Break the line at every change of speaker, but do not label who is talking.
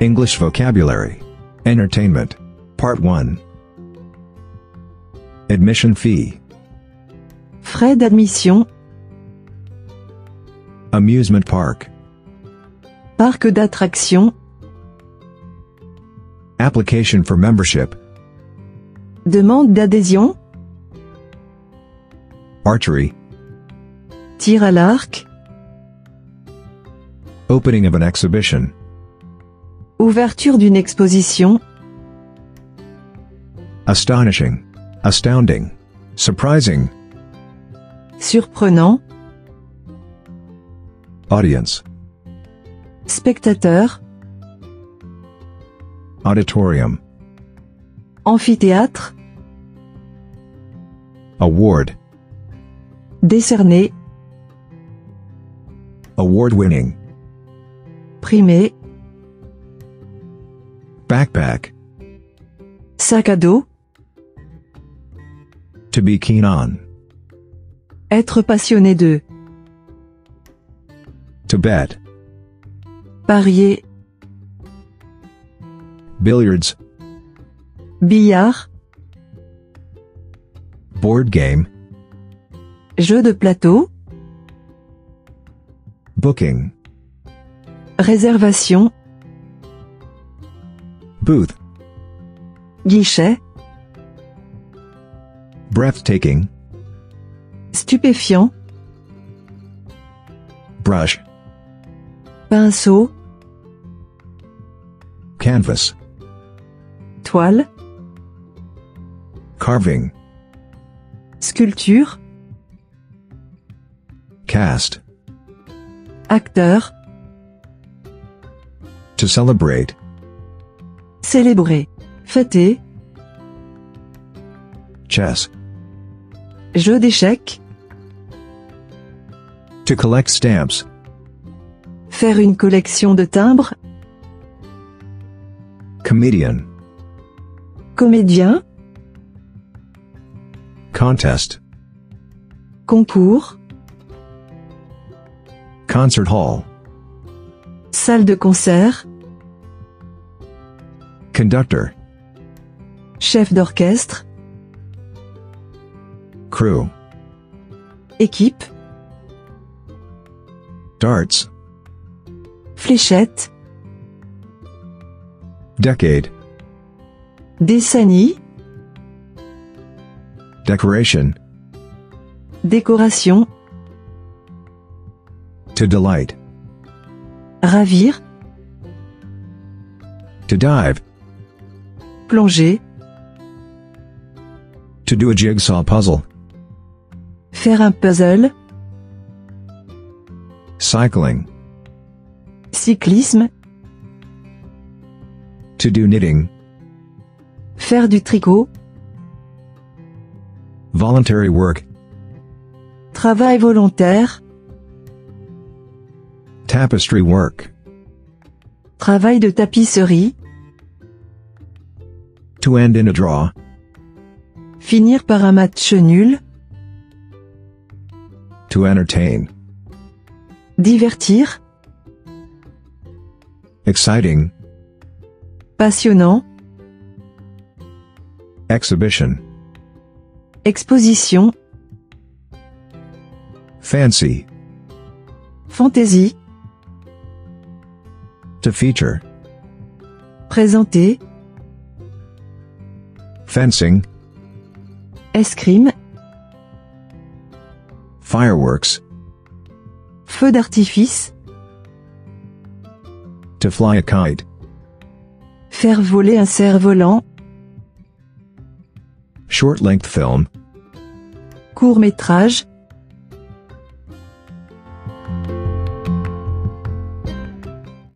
English vocabulary. Entertainment. Part 1. Admission fee.
Frais d'admission,
Amusement park.
parc d'attractions,
Application for membership.
demande d'adhésion,
Archery.
tir à l'arc,
Opening of an exhibition.
ouverture d'une exposition,
Astonishing. Astounding. Surprising.
surprenant,
Audience.
spectateur,
Auditorium.
amphithéâtre,
Award.
décerné,
Award winning.
primé,
Backpack.
sac à dos,
To be keen on.
être passionné de,
To bet.
parier,
Billiards.
billard,
Board game.
jeu de plateau,
Booking.
réservation,
Booth.
guichet,
Breathtaking.
stupéfiant,
Brush.
pinceau,
Canvas.
toile,
Carving.
sculpture,
Cast.
acteur,
To celebrate.
célébrer, fêter,
Chess.
jeu d'échecs,
To collect stamps.
faire une collection de timbres,
Comedian.
comédien,
Contest.
concours,
Concert hall.
salle de concert,
Conductor.
chef d'orchestre,
Crew.
équipe,
Darts.
fléchette,
Decade.
décennie,
Decoration.
décoration,
To delight.
ravir,
To dive.
plonger,
To do a jigsaw puzzle.
faire un puzzle,
Cycling.
cyclisme,
To do knitting.
faire du tricot,
Voluntary work.
travail volontaire,
Tapestry work.
travail de tapisserie,
To end in a draw.
finir par un match nul,
To entertain.
divertir,
Exciting.
passionnant,
Exhibition.
exposition,
Fancy.
fantaisie,
To feature.
présenter,
Fencing.
escrime,
Fireworks.
feu d'artifice,
To fly a kite.
faire voler un cerf-volant,
Short length film.
court métrage,